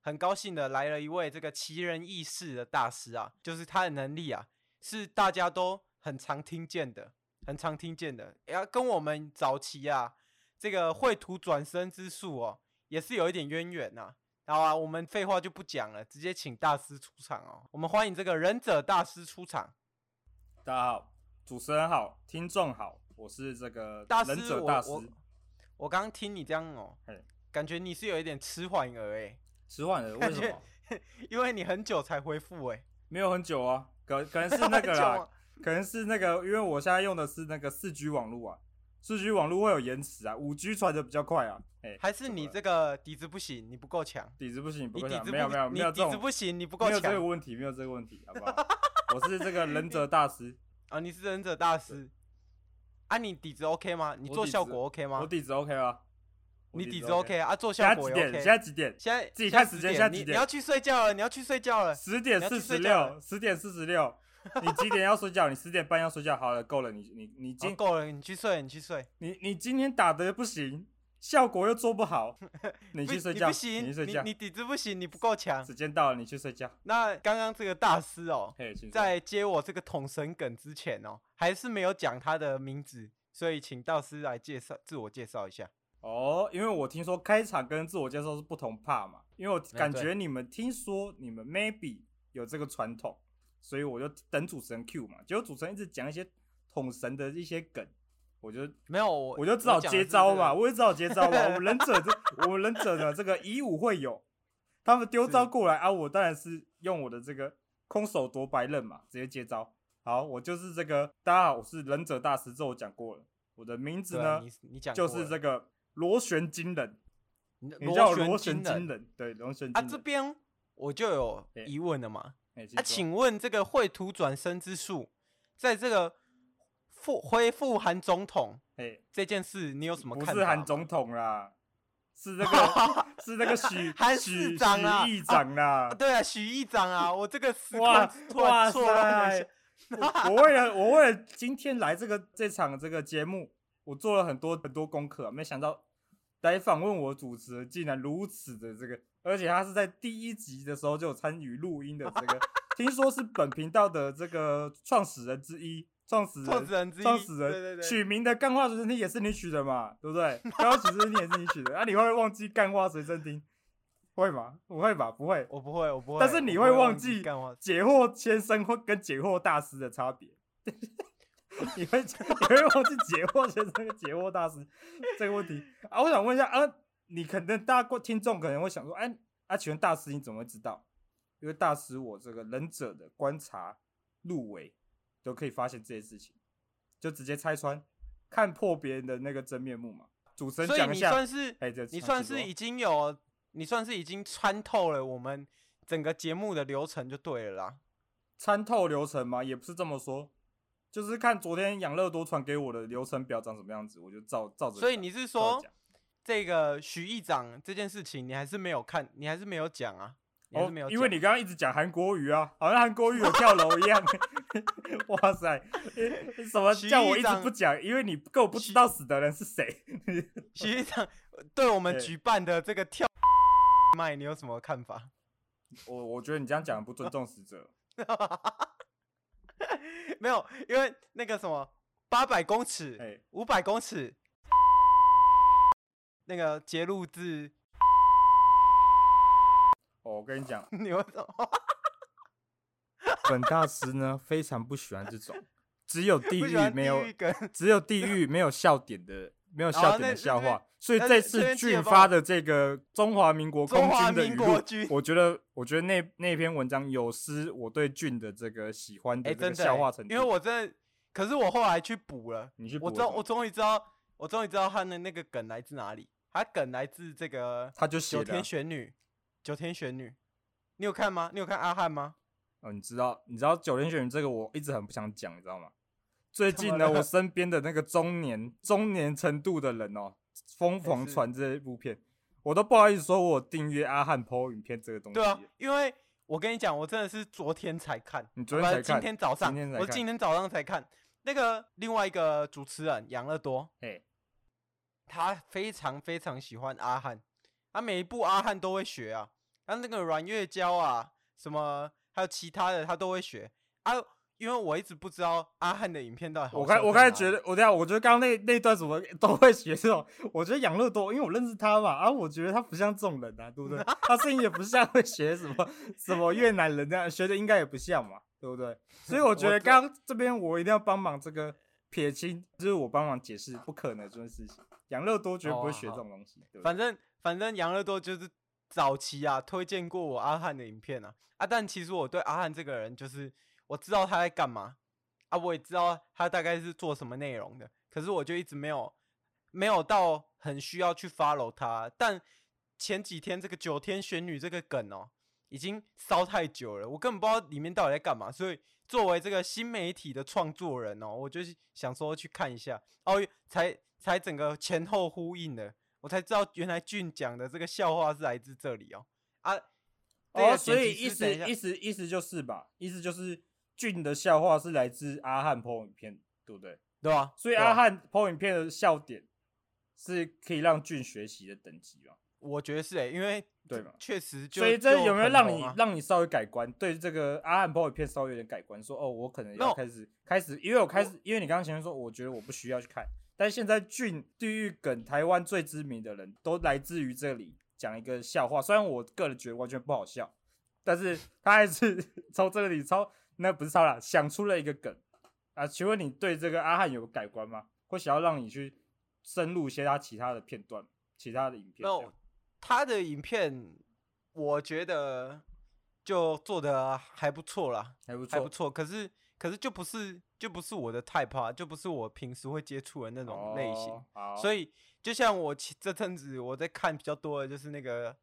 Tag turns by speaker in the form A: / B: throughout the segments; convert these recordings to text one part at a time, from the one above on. A: 很高兴的来了一位这个奇人异事的大师啊，就是他的能力啊，是大家都很常听见的，很常听见的。也要跟我们早期啊这个绘图转身之术哦，也是有一点渊源呐、好啊，我们废话就不讲了，直接请大师出场哦。我们欢迎这个忍者大师出场。
B: 大家好，主持人好，听众好，我是这个
A: 大师
B: 忍者大师
A: 我。我我刚刚听你这样哦
B: 嘿，
A: 感觉你是有一点迟缓儿诶、
B: 迟 缓了，为什
A: 感
B: 么
A: 觉？因为你很久才回复哎、
B: 没有很久啊，可可能是 那个
A: 很久啊
B: 啦
A: 吗，
B: 可能是那个，因为我现在用的是那个四 G 网络啊，四 G 网络会有延迟啊，五 G 传的比较快啊。哎、
A: 还是你这个底子不行，你不够强，
B: 底子不行，不
A: 你
B: 够
A: 底
B: 强，
A: 子不
B: 没有没有
A: 你
B: 没有这
A: 底子
B: 种，
A: 不行，你不够
B: 没有这个
A: 强
B: 问题，没有这个问题，好不好？我是这个忍者大师，
A: 啊！你是忍者大师啊？你底子 OK 吗？你
B: 我
A: 做
B: 底
A: 效
B: 子
A: 果 OK
B: 我
A: 吗？
B: 底子 OK 啊，我
A: 你底子 OK 啊？做
B: 现在
A: 效果
B: 几
A: 也
B: 点？
A: OK
B: 现。在几点？
A: 现在
B: 自己
A: 现在
B: 看时间
A: 10
B: 现在
A: 你
B: 几
A: 你
B: 点
A: 要去睡觉了，你要去睡觉了。
B: 十
A: 呃
B: 点
A: 你要
B: 四
A: 去
B: 十
A: 睡觉
B: 六，
A: 了
B: 十点四十六，你几点要睡觉？你十点半要睡觉，好了，够了，你你你
A: 已经
B: 今、
A: 哦够了，你去睡，你去睡。
B: 你你今天打的不行，效果又做不 好，你
A: 不
B: 去睡
A: 你
B: 觉，
A: 不行，
B: 去睡
A: 你
B: 觉
A: 你，底子不行，你不够强。
B: 时间到了，你去睡觉。
A: 那刚刚这个大师哦，
B: 嘿，请说
A: 在接我这个统神梗之前哦，还是没有讲他的名字，所以请大师来介绍自我介绍一下。
B: 哦，因为我听说开场跟自我介绍是不同 part 嘛，因为我感
A: 哎对
B: 觉你们听说你们 maybe 有这个传统，所以我就等主持人 Q 嘛，结果主持人一直讲一些统神的一些梗，我就
A: 没有，我
B: 我就只好
A: 讲的是
B: 接招
A: 这个
B: 嘛，我也只好接招嘛。我们忍者这，我们忍者的这个以武会友，他们丢招过来啊，我当然是用我的这个空手夺白刃嘛，直接接招。好，我就是这个，大家好，我是忍者大师，这我讲过了，我的名字
A: 对啊
B: 呢
A: 你你讲
B: 就是这个螺旋金人，
A: 个
B: 你叫我螺
A: 螺
B: 旋
A: 金
B: 金
A: 人
B: 人，对，螺旋
A: 啊，
B: 金
A: 这
B: 人。
A: 边我就有
B: 对
A: 疑问了嘛。
B: 哎，
A: 啊，
B: 请
A: 请问这个绘图转身之术，在这个复恢复韩总统
B: 说哎，
A: 这件事，你有什么
B: 不
A: 看法吗？
B: 是韩总统啦，是那 个是那个许
A: 韩
B: 许
A: 市
B: 许
A: 长啦
B: 议长啦
A: 啊，，对啊，许议长啊，我这个时
B: 哇
A: 空突然错乱了一
B: 塞
A: 下。！
B: 我我为了我为了今天来这个这场这个节目，我做了很多很多功课，啊没想到来访问我主持人竟然如此的这个，而且他是在第一集的时候就有参与录音的这个，听说是本频道的这个创始人之一，创始
A: 创
B: 人
A: 始。人之一，
B: 创始人
A: 对对对，
B: 取名的干话随身听也是你取的嘛，对不对？干话随身听也是你取的，啊，你会不会忘记干话随身听？会吗？不会吧？不会。
A: 我不会，我不会，
B: 但是你
A: 我
B: 会
A: 不会
B: 忘记
A: 记干嘛？
B: 解惑先生或跟解惑大师的差别。 你会你会忘记解惑先生跟解惑大师这个问题啊？我想问一下啊，你可能大家过听众可能会想说，哎、啊，请问大师你怎么会知道？因为大师我这个忍者的观察入围都可以发现这些事情，就直接拆穿，看破别人的那个真面目嘛。主持人
A: 所以
B: 讲一
A: 你
B: 下，
A: 算是
B: 哎、这
A: 你算是
B: 请说
A: 已经有，你算是已经穿透了我们整个节目的流程就对了啦。
B: 参透流程吗？也不是这么说，就是看昨天养乐多传给我的流程表长什么样子，我就照照着讲。
A: 所以你是
B: 照着
A: 说
B: 讲
A: 这个许议长这件事情，你还是没有看，你还是没有讲啊，你还
B: 哦
A: 是没有，讲、
B: 因为你刚刚一直讲韩国语啊，好像韩国语有跳楼一样。 哇塞，什么
A: 徐
B: 叫我
A: 议
B: 一直
A: 长
B: 不讲？因为你根本不知道死的人 是谁。
A: 许议长对我们
B: 对
A: 举办的这个跳麦，你有什么看法？
B: 我我觉得你这样讲很不尊重死者。
A: 没有，因为那个什么八百公尺、
B: 哎，
A: 五百公尺，那个节录制，，
B: 哦我跟你讲
A: 你为什么
B: 本大师呢非常不喜欢这种只有 地
A: 不喜
B: 狱
A: 欢
B: 没有
A: 地狱梗？
B: 只有地狱没有笑点的，没有
A: 好
B: 笑点
A: 哦那
B: 的笑
A: 那
B: 话，所以
A: 那
B: 这
A: 这
B: 次
A: 边记得
B: 俊
A: 帮
B: 发
A: 我
B: 的这个中华民国
A: 中
B: 空
A: 华
B: 军的
A: 民
B: 语
A: 国
B: 录
A: 军，
B: 我觉得，我觉得那那篇文章有失我对俊的这个喜欢
A: 哎、
B: 的这
A: 真
B: 个
A: 的欸、
B: 笑话程度。
A: 因为我真的，可是我后来去补了，
B: 你去
A: 我
B: 补
A: 终
B: 什么
A: 我终于知道，我终于知道他的那个梗来自哪里。他梗来自这个
B: 他就写
A: 九
B: 的啊
A: 天玄女，九天玄女，你有看吗？你有看阿汉吗？
B: 哦，你知道，你知道九连选这个我一直很不想讲，你知道吗？最近
A: 怎
B: 呢，
A: 么了
B: 我身边的那个中年中年程度的人哦，疯狂
A: 哎是
B: 传这部片，我都不好意思说我有订阅阿汉 PO 影片这个东西。
A: 对啊，因为我跟你讲，我真的是昨天才看，
B: 你昨天才
A: 不是今
B: 看
A: 天早上，
B: 今天才
A: 我
B: 看
A: 今天早上才看。那个另外一个主持人养乐多，
B: 嘿，
A: 他非常非常喜欢阿汉，他每一部阿汉都会学啊，他那个阮月娇啊，什么还有其他的他都会学啊。因为我一直不知道阿汉的影片到底好啊
B: 我开
A: 笑在
B: 我开始
A: 哪
B: 觉
A: 里
B: 得，我这样，我觉得刚刚那那段什么都会学这种，我觉得养乐多，因为我认识他嘛，啊，我觉得他不像这种人啊，对 不对？他声音也不像会学什么什么越南人这样学的，应该也不像嘛，对不对？所以我觉
A: 我
B: 得
A: 知
B: 刚刚这边我一定要帮忙这个撇清，就是我帮忙解释不可能这件事情。养乐多绝对不会
A: 哦
B: 学
A: 好
B: 这种东西，对不对？
A: 反正反正杨乐多就是早期啊推荐过我阿汉的影片啊啊，但其实我对阿汉这个人就是我知道他在干嘛啊，我也知道他大概是做什么内容的，可是我就一直没有没有到很需要去 follow 他。啊但前几天这个九天玄女这个梗哦，已经烧太久了，我根本不知道里面到底在干嘛，所以。作为这个新媒体的创作人哦，我就是想说去看一下哦，才才整个前后呼应的，我才知道原来俊讲的这个笑话是来自这里哦。啊，这
B: 哦，
A: 个
B: 所
A: 剪
B: 以
A: 辑
B: 意
A: 师等
B: 思
A: 一下
B: 意思意思就是吧，意思就是俊的笑话是来自阿汉 PO 影片，对不对？
A: 对吧？
B: 所以啊
A: 对吧啊
B: 阿，汉 PO 影片的笑点是可以让俊学习的等级嘛？
A: 我觉得是诶、因为
B: 对
A: 这
B: 嘛
A: 确实就
B: 所以这
A: 就
B: 有没有
A: 很
B: 让
A: 红
B: 你、
A: 啊
B: 让你稍微改观？对这个阿汉 PO 影片稍微有点改观，说哦，我可能
A: 没
B: 要
A: 有
B: 开始开始，因为我开始，因为你刚刚前面说，我觉得我不需要去看，但是现在俊地狱梗台湾最知名的人都来自于这里讲一个笑话，虽然我个人觉得完全不好笑，但是他还是 从这里抄，那不是抄啦，想出了一个梗啊。请问你对这个阿汉有改观吗？或想要让你去深入一些他其他的片段、其他的影
A: 没
B: 片这样？
A: 有他的影片，我觉得就做的还不错啦，
B: 还不错，
A: 还不错。可是可是就不是就不是我的 type 啊，就不是我平时会接触的那种类型。
B: 哦好
A: 所以就像我其这阵子我在看比较多的就是那个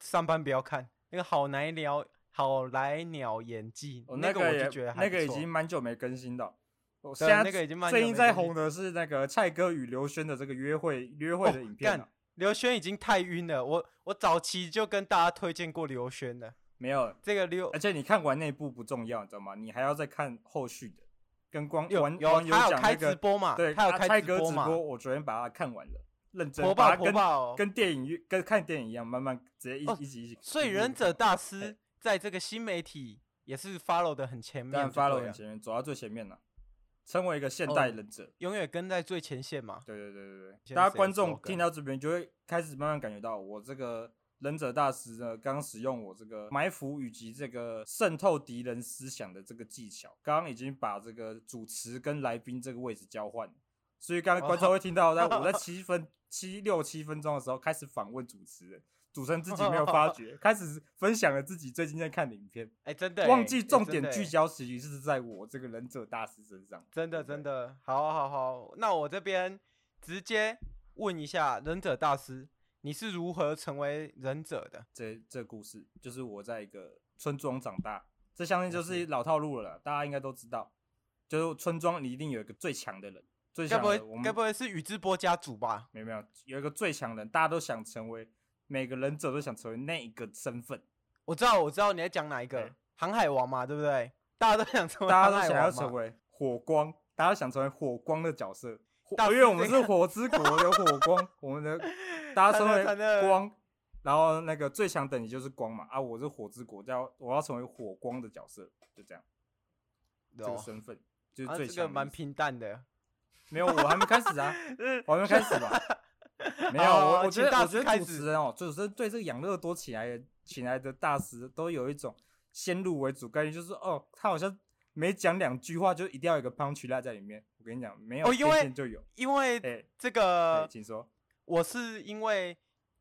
A: 上班不要看那个好来鸟好来鸟演技，
B: 哦，
A: 那
B: 个
A: 我
B: 也
A: 就觉得还
B: 那
A: 不
B: 个已
A: 错
B: 经蛮久没更新了。我
A: 对啊
B: 现在
A: 那个已经蛮
B: 最
A: 久
B: 近
A: 没
B: 在
A: 更新
B: 红的是那个蔡哥与刘轩的这个约会约会
A: 哦
B: 的影片、啊
A: 干刘轩已经太晕了，我我早期就跟大家推荐过刘轩了，
B: 没有了。
A: 这个刘
B: 而且你看完那部不重要，你知道吗？你还要再看后续的，跟光
A: 有
B: 网
A: 有
B: 网友
A: 他有
B: 讲
A: 开
B: 那
A: 直
B: 个
A: 播嘛，
B: 对，
A: 他有
B: 啊
A: 开
B: 蔡
A: 直
B: 哥
A: 播
B: 直
A: 嘛，
B: 播，我昨天把它看完了，认真
A: 火爆
B: 把它
A: 火
B: 跟
A: 爆哦，
B: 跟电影院跟看电影一样，慢慢直接一
A: 哦
B: 一集一集。
A: 所以
B: 一步一步
A: 忍
B: 看
A: 者大
B: 哎
A: 师在这个新媒体也是 follow 的很前面
B: 当
A: 就
B: 然
A: 对了，
B: follow 很前面，走到最前面了，成为一个现
A: 哦
B: 代忍者。
A: 永远跟在最前线嘛，
B: 对对对对对，
A: 先
B: 大家
A: 谁
B: 观
A: 说
B: 众
A: 梗
B: 听到这边就会开始慢慢感觉到，我这个忍者大师呢，刚使用我这个埋伏以及这个渗透敌人思想的这个技巧，刚刚已经把这个主持跟来宾这个位置交换了，所以刚刚观众会听到，在我在七
A: 哦
B: 分七六七分钟的时候开始访问主持人。主持人自己没有发
A: 哦
B: 觉，开始分享了自己最近在看的影片，
A: 哎、真的、欸、
B: 忘记
A: 哎
B: 重
A: 真
B: 点
A: 的
B: 聚
A: 欸
B: 焦，其实是在我这个忍者大师身上。
A: 真的
B: 对
A: 真的，好好好，那我这边直接问一下忍者大师，你是如何成为忍者的？
B: 这这故事，就是我在一个村庄长大，这相信就是老套路了啦，大家应该都知道，就是村庄你一定有一个最强的人，最
A: 该
B: 强
A: 不
B: 的我
A: 会
B: 们
A: 该不会是宇智波家族吧？
B: 没有没有有一个最强的人，大家都想成为每个忍者都想成为那一个 身份，
A: 我知道我知道你在讲哪一个，
B: 哎
A: 航海王嘛，对不对？大家都想成为
B: 大家
A: 航
B: 都
A: 海
B: 想要
A: 王
B: 成
A: 嘛，
B: 为火光，大家都想成为火光的角色，火
A: 大
B: 因
A: 师
B: 为我们
A: 这
B: 是
A: 个
B: 火之国有火光，我 们的大家
A: 真
B: 称
A: 的真
B: 为
A: 的
B: 光，然后那个最强等级就是光嘛，啊，我是火之国，叫我要成为火光的角色，就这样。这个
A: 哦
B: 身份，就
A: 啊
B: 是最
A: 这个
B: 强的
A: 蛮
B: 意思。
A: 平淡的。
B: 没有，我还没开始啊， 我还没开始吧？没有，
A: 好
B: 我
A: 好
B: 我觉得
A: 啊请大
B: 我
A: 师
B: 觉得
A: 开
B: 主
A: 始
B: 持人哦，主持人对这个养乐多起来的起来的大师都有一种先入为主概念，就是哦，他好像每讲两句话就一定要有一个 punch line 在里面。我跟你讲，没有，
A: 哦因为呃
B: 天线就有。
A: 因为
B: 哎
A: 这个
B: 哎，请说。
A: 我是因为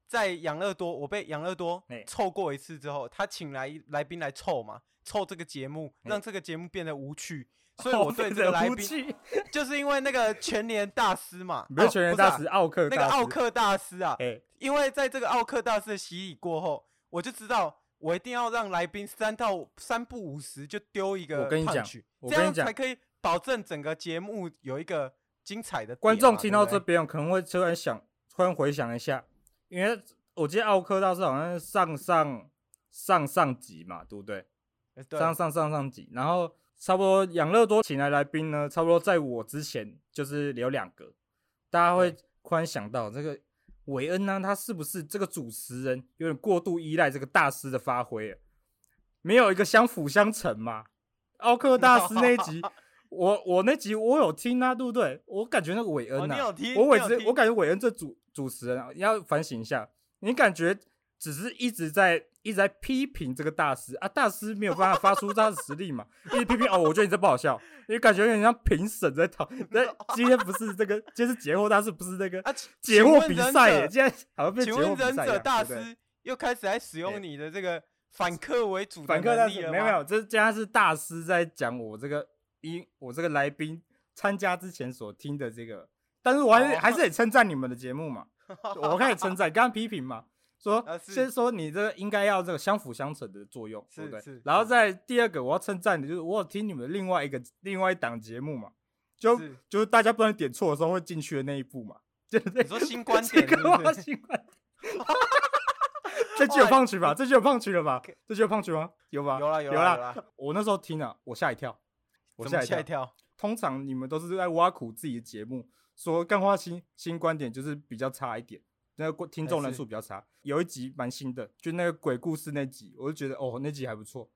A: 在养乐多，我被养乐多
B: 哎
A: 凑过一次之后，他请来来宾来凑嘛，凑这个节目，
B: 哎
A: 让这个节目变得无趣。所以我对
B: 哦
A: 这个来
B: 忍不
A: 宾，
B: 住
A: 就是因为那个全联大师 嘛，
B: 不是全员大
A: 哦
B: 师，
A: 不是啊
B: 奥克
A: 那
B: 大
A: 个
B: 师
A: 奥，克大师啊，
B: 哎，
A: 因为在这个奥克大师的洗礼过后，我就知道我一定要让来宾三到三不五十就丢一个
B: 我跟你讲
A: punch，
B: 我
A: 这
B: 跟你
A: 样
B: 讲
A: 才可以保证整个节目有一个精彩的点嘛。
B: 观众
A: 对
B: 听
A: 不
B: 到
A: 对
B: 这边可能会突然想，突然回想一下，因为我记得奥科大是好像是上上上上集嘛，对不对？
A: 呃对
B: 上上上上集，然后差不多养乐多请来来宾呢，差不多在我之前就是有两个，大家会突然想到这个韦恩呢、他是不是这个主持人有点过度依赖这个大师的发挥了？没有一个相辅相成嘛？奥克大师那 一集，我我那集我有听啊，对不对？我感觉那个韦
A: 哦，
B: 恩
A: 你
B: 啊，
A: 有听？
B: 我
A: 我
B: 伟这我感觉伟恩这主主持人啊，你要反省一下，你感觉只是一直在一直在批评这个大师啊，大师没有办法发出他的实力嘛，一直批评哦，我觉得你这不好笑，你感觉有点像评审在讨， 但今天不是这个，今天是解惑大师，不是这个
A: 啊，
B: 解
A: 请
B: 惑
A: 问
B: 比
A: 忍
B: 赛
A: 者
B: 耶，今天好像变解
A: 请问
B: 惑比
A: 忍
B: 赛一样
A: 者大，
B: 对不对
A: 师又开始来使
B: 对
A: 用你的这个反客为主的
B: 反客大
A: 能
B: 师
A: 力了
B: 没有
A: 吗
B: 没有，，这今天是大师在讲我这个因我这个来宾参加之前所听的这个。但是我还是、
A: 哦
B: 还是得称赞你们的节目 嘛，我开始称赞，刚刚批评嘛，说
A: 啊是
B: 先说你这个应该要这个相辅相成的作用，
A: 是
B: 对不对
A: 是？
B: 然后
A: 是
B: 再第二个我要称赞你，就是我有听你们另外一个另外一档节目嘛，就是就是大家不能点错的时候会进去的那一步嘛，对不对？
A: 你说新观
B: 这
A: 点是
B: 个
A: 不
B: 哇
A: 是？
B: 新 观点这句有胖曲吧？这句有胖曲了吧
A: 可？
B: 这句有胖曲吗？有吧？
A: 哦哎 有啦有
B: 有
A: 啦有
B: 啦
A: 啦。
B: 我那时候听了，我吓一跳，我
A: 怎么
B: 跳
A: 吓一。跳？
B: 通常你们都是在挖苦自己的节目，说干话新新观点就是比较差一点，那个观听众
A: 哎
B: 人
A: 是
B: 数比较差。有一集蛮新的，就那个鬼故事那集，我就觉得哦那集还不错，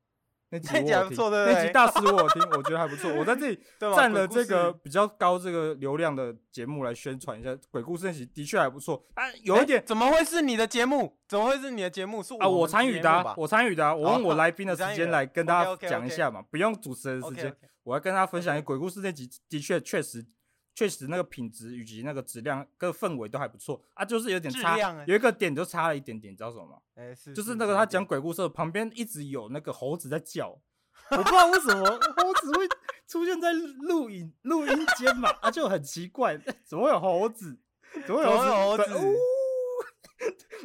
B: 那 集
A: 那集
B: 我有
A: 还不
B: 听
A: 错对不
B: 那
A: 对
B: 集大师我有听，我觉得还不错。我在这里
A: 对吧
B: 占
A: 鬼
B: 了
A: 故
B: 这个
A: 事
B: 比较高这个流量的节目来宣传一下鬼故事那集，的确还不错啊，有一
A: 哎
B: 点。
A: 怎么会是你的节目？怎么会是你的节目？是
B: 啊，我
A: 们
B: 参
A: 节
B: 与
A: 目
B: 的、啊
A: 吧，
B: 我参与的、啊，我用我
A: 哦
B: 来宾的
A: 你参
B: 时
A: 与
B: 间
A: 的
B: 来跟大家
A: OK，OK，OK
B: 讲一下嘛，不用主持人的时
A: OK，
B: 间
A: OK
B: 我要跟大家分享一下
A: OK
B: 鬼故事那集，的确确实确实那个品质以及那个质量跟氛围都还不错啊，就是有点
A: 质
B: 差，
A: 量欸
B: 有一个点就差了一点点，你知道什么吗？
A: 哎是
B: 就是那个他讲鬼故事旁边一直有那个猴子在叫，我不知道为什么猴子会出现在录影录音间嘛， 啊就很奇怪，怎么会有猴子？怎么会
A: 怎么
B: 有
A: 会有
B: 猴
A: 猴
B: 子？
A: 子
B: 对呜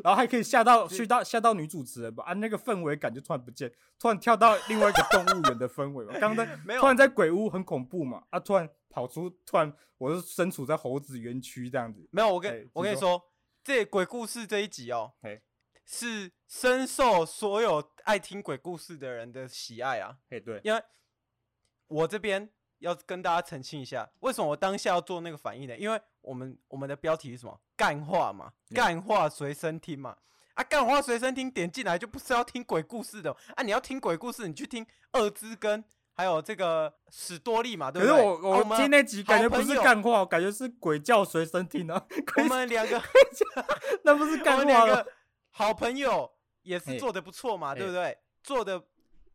B: 然后还可以吓到去到吓到女主持人吧，啊那个氛围感就突然不见，突然跳到另外一个动物园的 氛围嘛，刚刚在
A: 没有
B: 突然在鬼屋很恐怖嘛，啊突然跑出突然我是身处在猴子园区这样子，
A: 没有，我跟、
B: 哎
A: 我跟你
B: 请
A: 说，这鬼故事这一集哦
B: 嘿，
A: 是深受所有爱听鬼故事的人的喜爱啊。
B: 嘿对，
A: 因为我这边要跟大家澄清一下，为什么我当下要做那个反应呢？因为我们我们的标题是什么？干话嘛，
B: 嗯
A: 干话随身听嘛。啊，干话随身听点进来就不是要听鬼故事的啊！你要听鬼故事，你去听二之根，还有这个史多利嘛，对
B: 可
A: 不
B: 是
A: 对？
B: 我
A: 啊
B: 我
A: 们
B: 听那集感觉
A: 好
B: 不
A: 朋
B: 是
A: 友
B: 干话，我感觉是鬼叫随身听的，
A: 我
B: 鬼
A: 们两个
B: 那不是
A: 我
B: 干
A: 们
B: 话
A: 两
B: 了
A: 个。好朋友也是
B: 嘿
A: 做的不错嘛，对不对？做的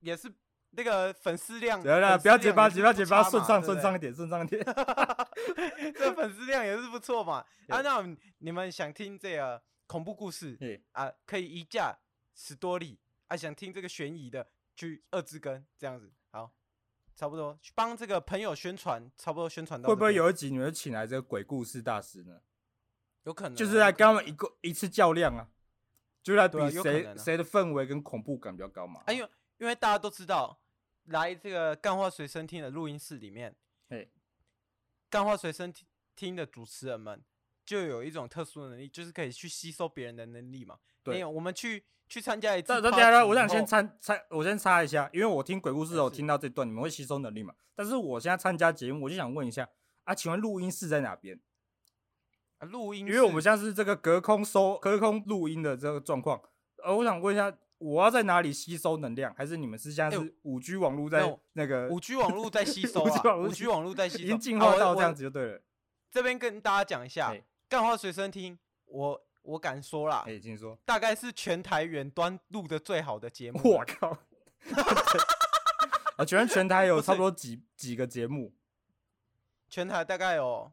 A: 也是那个粉丝量，
B: 得了，
A: 粉丝
B: 不要结
A: 量
B: 巴，
A: 也是
B: 结巴，
A: 不
B: 结巴，
A: 差
B: 顺
A: 嘛对
B: 畅，
A: 不
B: 顺
A: 对
B: 畅一点，顺畅一点。
A: 这粉丝量也是不错嘛。啊，
B: 对嗯
A: 那你们想听这个恐怖故事
B: 嘿
A: 啊，可以一价史多利啊，想听这个悬疑的，去二之根这样子，好，差不多去帮这个朋友宣传，差不多宣传到
B: 会
A: 这
B: 不会
A: 边
B: 有一集你们请来这个鬼故事大师呢？
A: 有可能啊
B: 就是
A: 有
B: 来
A: 可
B: 跟他
A: 能
B: 们一个一次较量啊，就来比
A: 对啊有可
B: 谁
A: 能啊
B: 谁的氛围跟恐怖感比较高嘛。
A: 啊，因为因为大家都知道，来这个干话随身听的录音室里面，
B: 嘿
A: 干话随身听听的主持人们，就有一种特殊的能力，就是可以去吸收别人的能力嘛。
B: 对
A: 没有，我们去去参加一次
B: 但
A: party 以后。
B: 但等一下，我想
A: 哦
B: 先插插，我先插一下，因为我听鬼故事的时候，我
A: 是
B: 听到这段，你们会吸收能力嘛？但是我现在参加节目，我就想问一下啊，请问录音室在哪边？
A: 啊录音室，
B: 因为我们像是这个隔空收、隔空录音的这个状况，呃，我想问一下，我要在哪里吸收能量？还是你们是现在
A: 哎
B: 是五 G 网络在
A: no，
B: 那个
A: 五 G 网络在吸收
B: 5G
A: 啊，
B: 网络
A: 五 G 网络在吸收，
B: 已经进
A: 啊
B: 化
A: 我
B: 到
A: 我
B: 这样子就对了？
A: 这边跟大家讲一下
B: 哎，
A: 干话随身听，我我敢说啦，
B: 哎，请说。
A: 大概是全台远端录的最好的节目了。
B: 我靠！啊，全全台有差不多几几个节目，
A: 全台大概有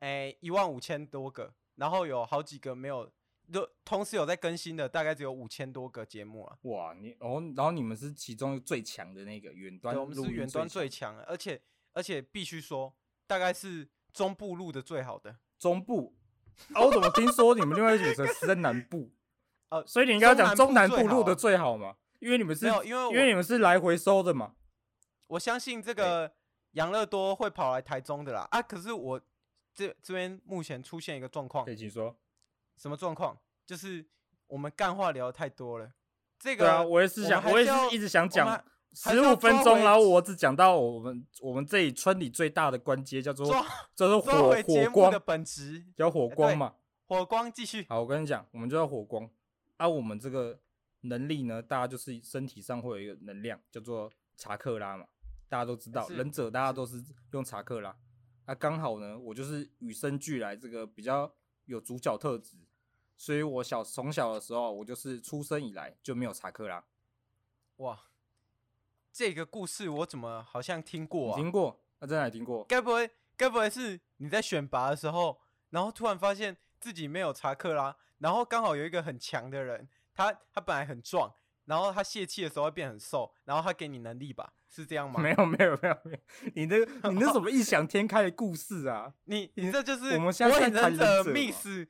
A: 诶一万五千多个，然后有好几个没有，就同时有在更新的，大概只有五千多个节目啊。
B: 哇！你哦，然后你们是其中最强的那个远端
A: 对，
B: 录
A: 我们
B: 音强，
A: 是远端最强的，而且而且必须说，大概是中部录的最好的。
B: 中部。啊，我 怎么听说你们另外一个主持人是在南部？
A: 呃
B: 所以你应该要
A: 中
B: 讲
A: 南
B: 中
A: 部
B: 南
A: 最
B: 部录
A: 好
B: 的
A: 啊
B: 最好嘛？因为你们是
A: 没有，因为我
B: 因为你们是来回收的嘛。
A: 我相信这
C: 对
A: 个养乐多会跑来台中的啦啊！可是我这这边目前出现一个状况
B: 可，以请说。
A: 什么状况？就是我们干话聊得太多了。这个
B: 对啊，我也是
A: 我
B: 想，
A: 们还
B: 我也
A: 是要
B: 是一直想
A: 我
B: 讲
A: 们还是
B: 十
A: 要
B: 五分
A: 抓
B: 钟，
A: 回
B: 然后我只讲到我们我们这里村里最大的关街叫做
A: 抓
B: 叫做
A: 抓
B: 火
A: 回节
B: 火
A: 目的
B: 光，
A: 本质，
B: 叫火
A: 哎
B: 光
A: 对
B: 嘛。
A: 火光继续。
B: 好，我跟你讲，我们就叫火光。啊，我们这个能力呢，大家就是身体上会有一个能量，叫做查克拉嘛，大家都知道，
A: 是
B: 忍者大家都是用查克拉。啊，刚好呢，我就是与生俱来这个比较有主角特质，所以我小从小的时候，我就是出生以来就没有查克拉。
A: 哇，这个故事我怎么好像听过
B: 你
A: 啊？
B: 听过？啊，真的还听过？
A: 该不会该不会是你在选拔的时候，然后突然发现自己没有查克拉，然后刚好有一个很强的人，他他本来很壮，然后他泄气的时候会变很瘦，然后他给你能力吧？是这样吗？
B: 没有，没有，没有，没有。你那个你那什么异想天开的故事啊？
A: 你你这就是
B: 我们现在在谈
A: 忍
B: 忍
A: 者
B: 者嘛
A: miss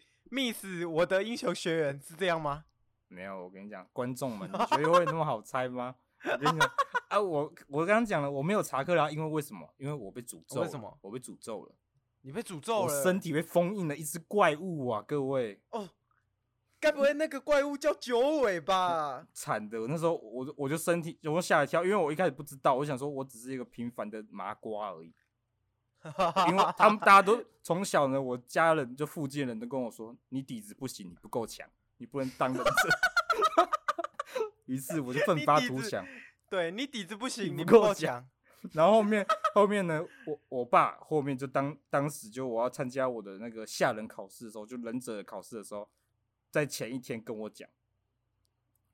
A: miss 我的英雄学员是这样吗？
B: 没有，我跟你讲，观众们，你觉得会那么好猜吗？我跟你讲啊，我我刚刚讲了，我没有查克拉，因为为什么？因为我被诅咒
A: 哦
B: 了。
A: 为什么
B: 我被诅咒了，
A: 你被诅咒
B: 我
A: 了，
B: 身体被封印了一只怪物啊！各位，
A: 哦，该不会那个怪物叫九尾 吧？
B: 惨的，我那时候我就我就身体我就吓一跳，因为我一开始不知道，我想说我只是一个平凡的麻瓜 而已。因为他们大家都从小呢，我家人就附近人都跟我说，你底子不行，你不够强，你不能当忍者。 于是我就奋发
A: 你底
B: 图
A: 子
B: 强，
A: 对你底子不行，你
B: 不
A: 不
B: 够
A: 够
B: 强
A: 强。
B: 然后后面后面呢，我我爸后面就当当时就我要参加我的那个吓人考试的时候，就忍者考试的时候，在前一天跟我讲，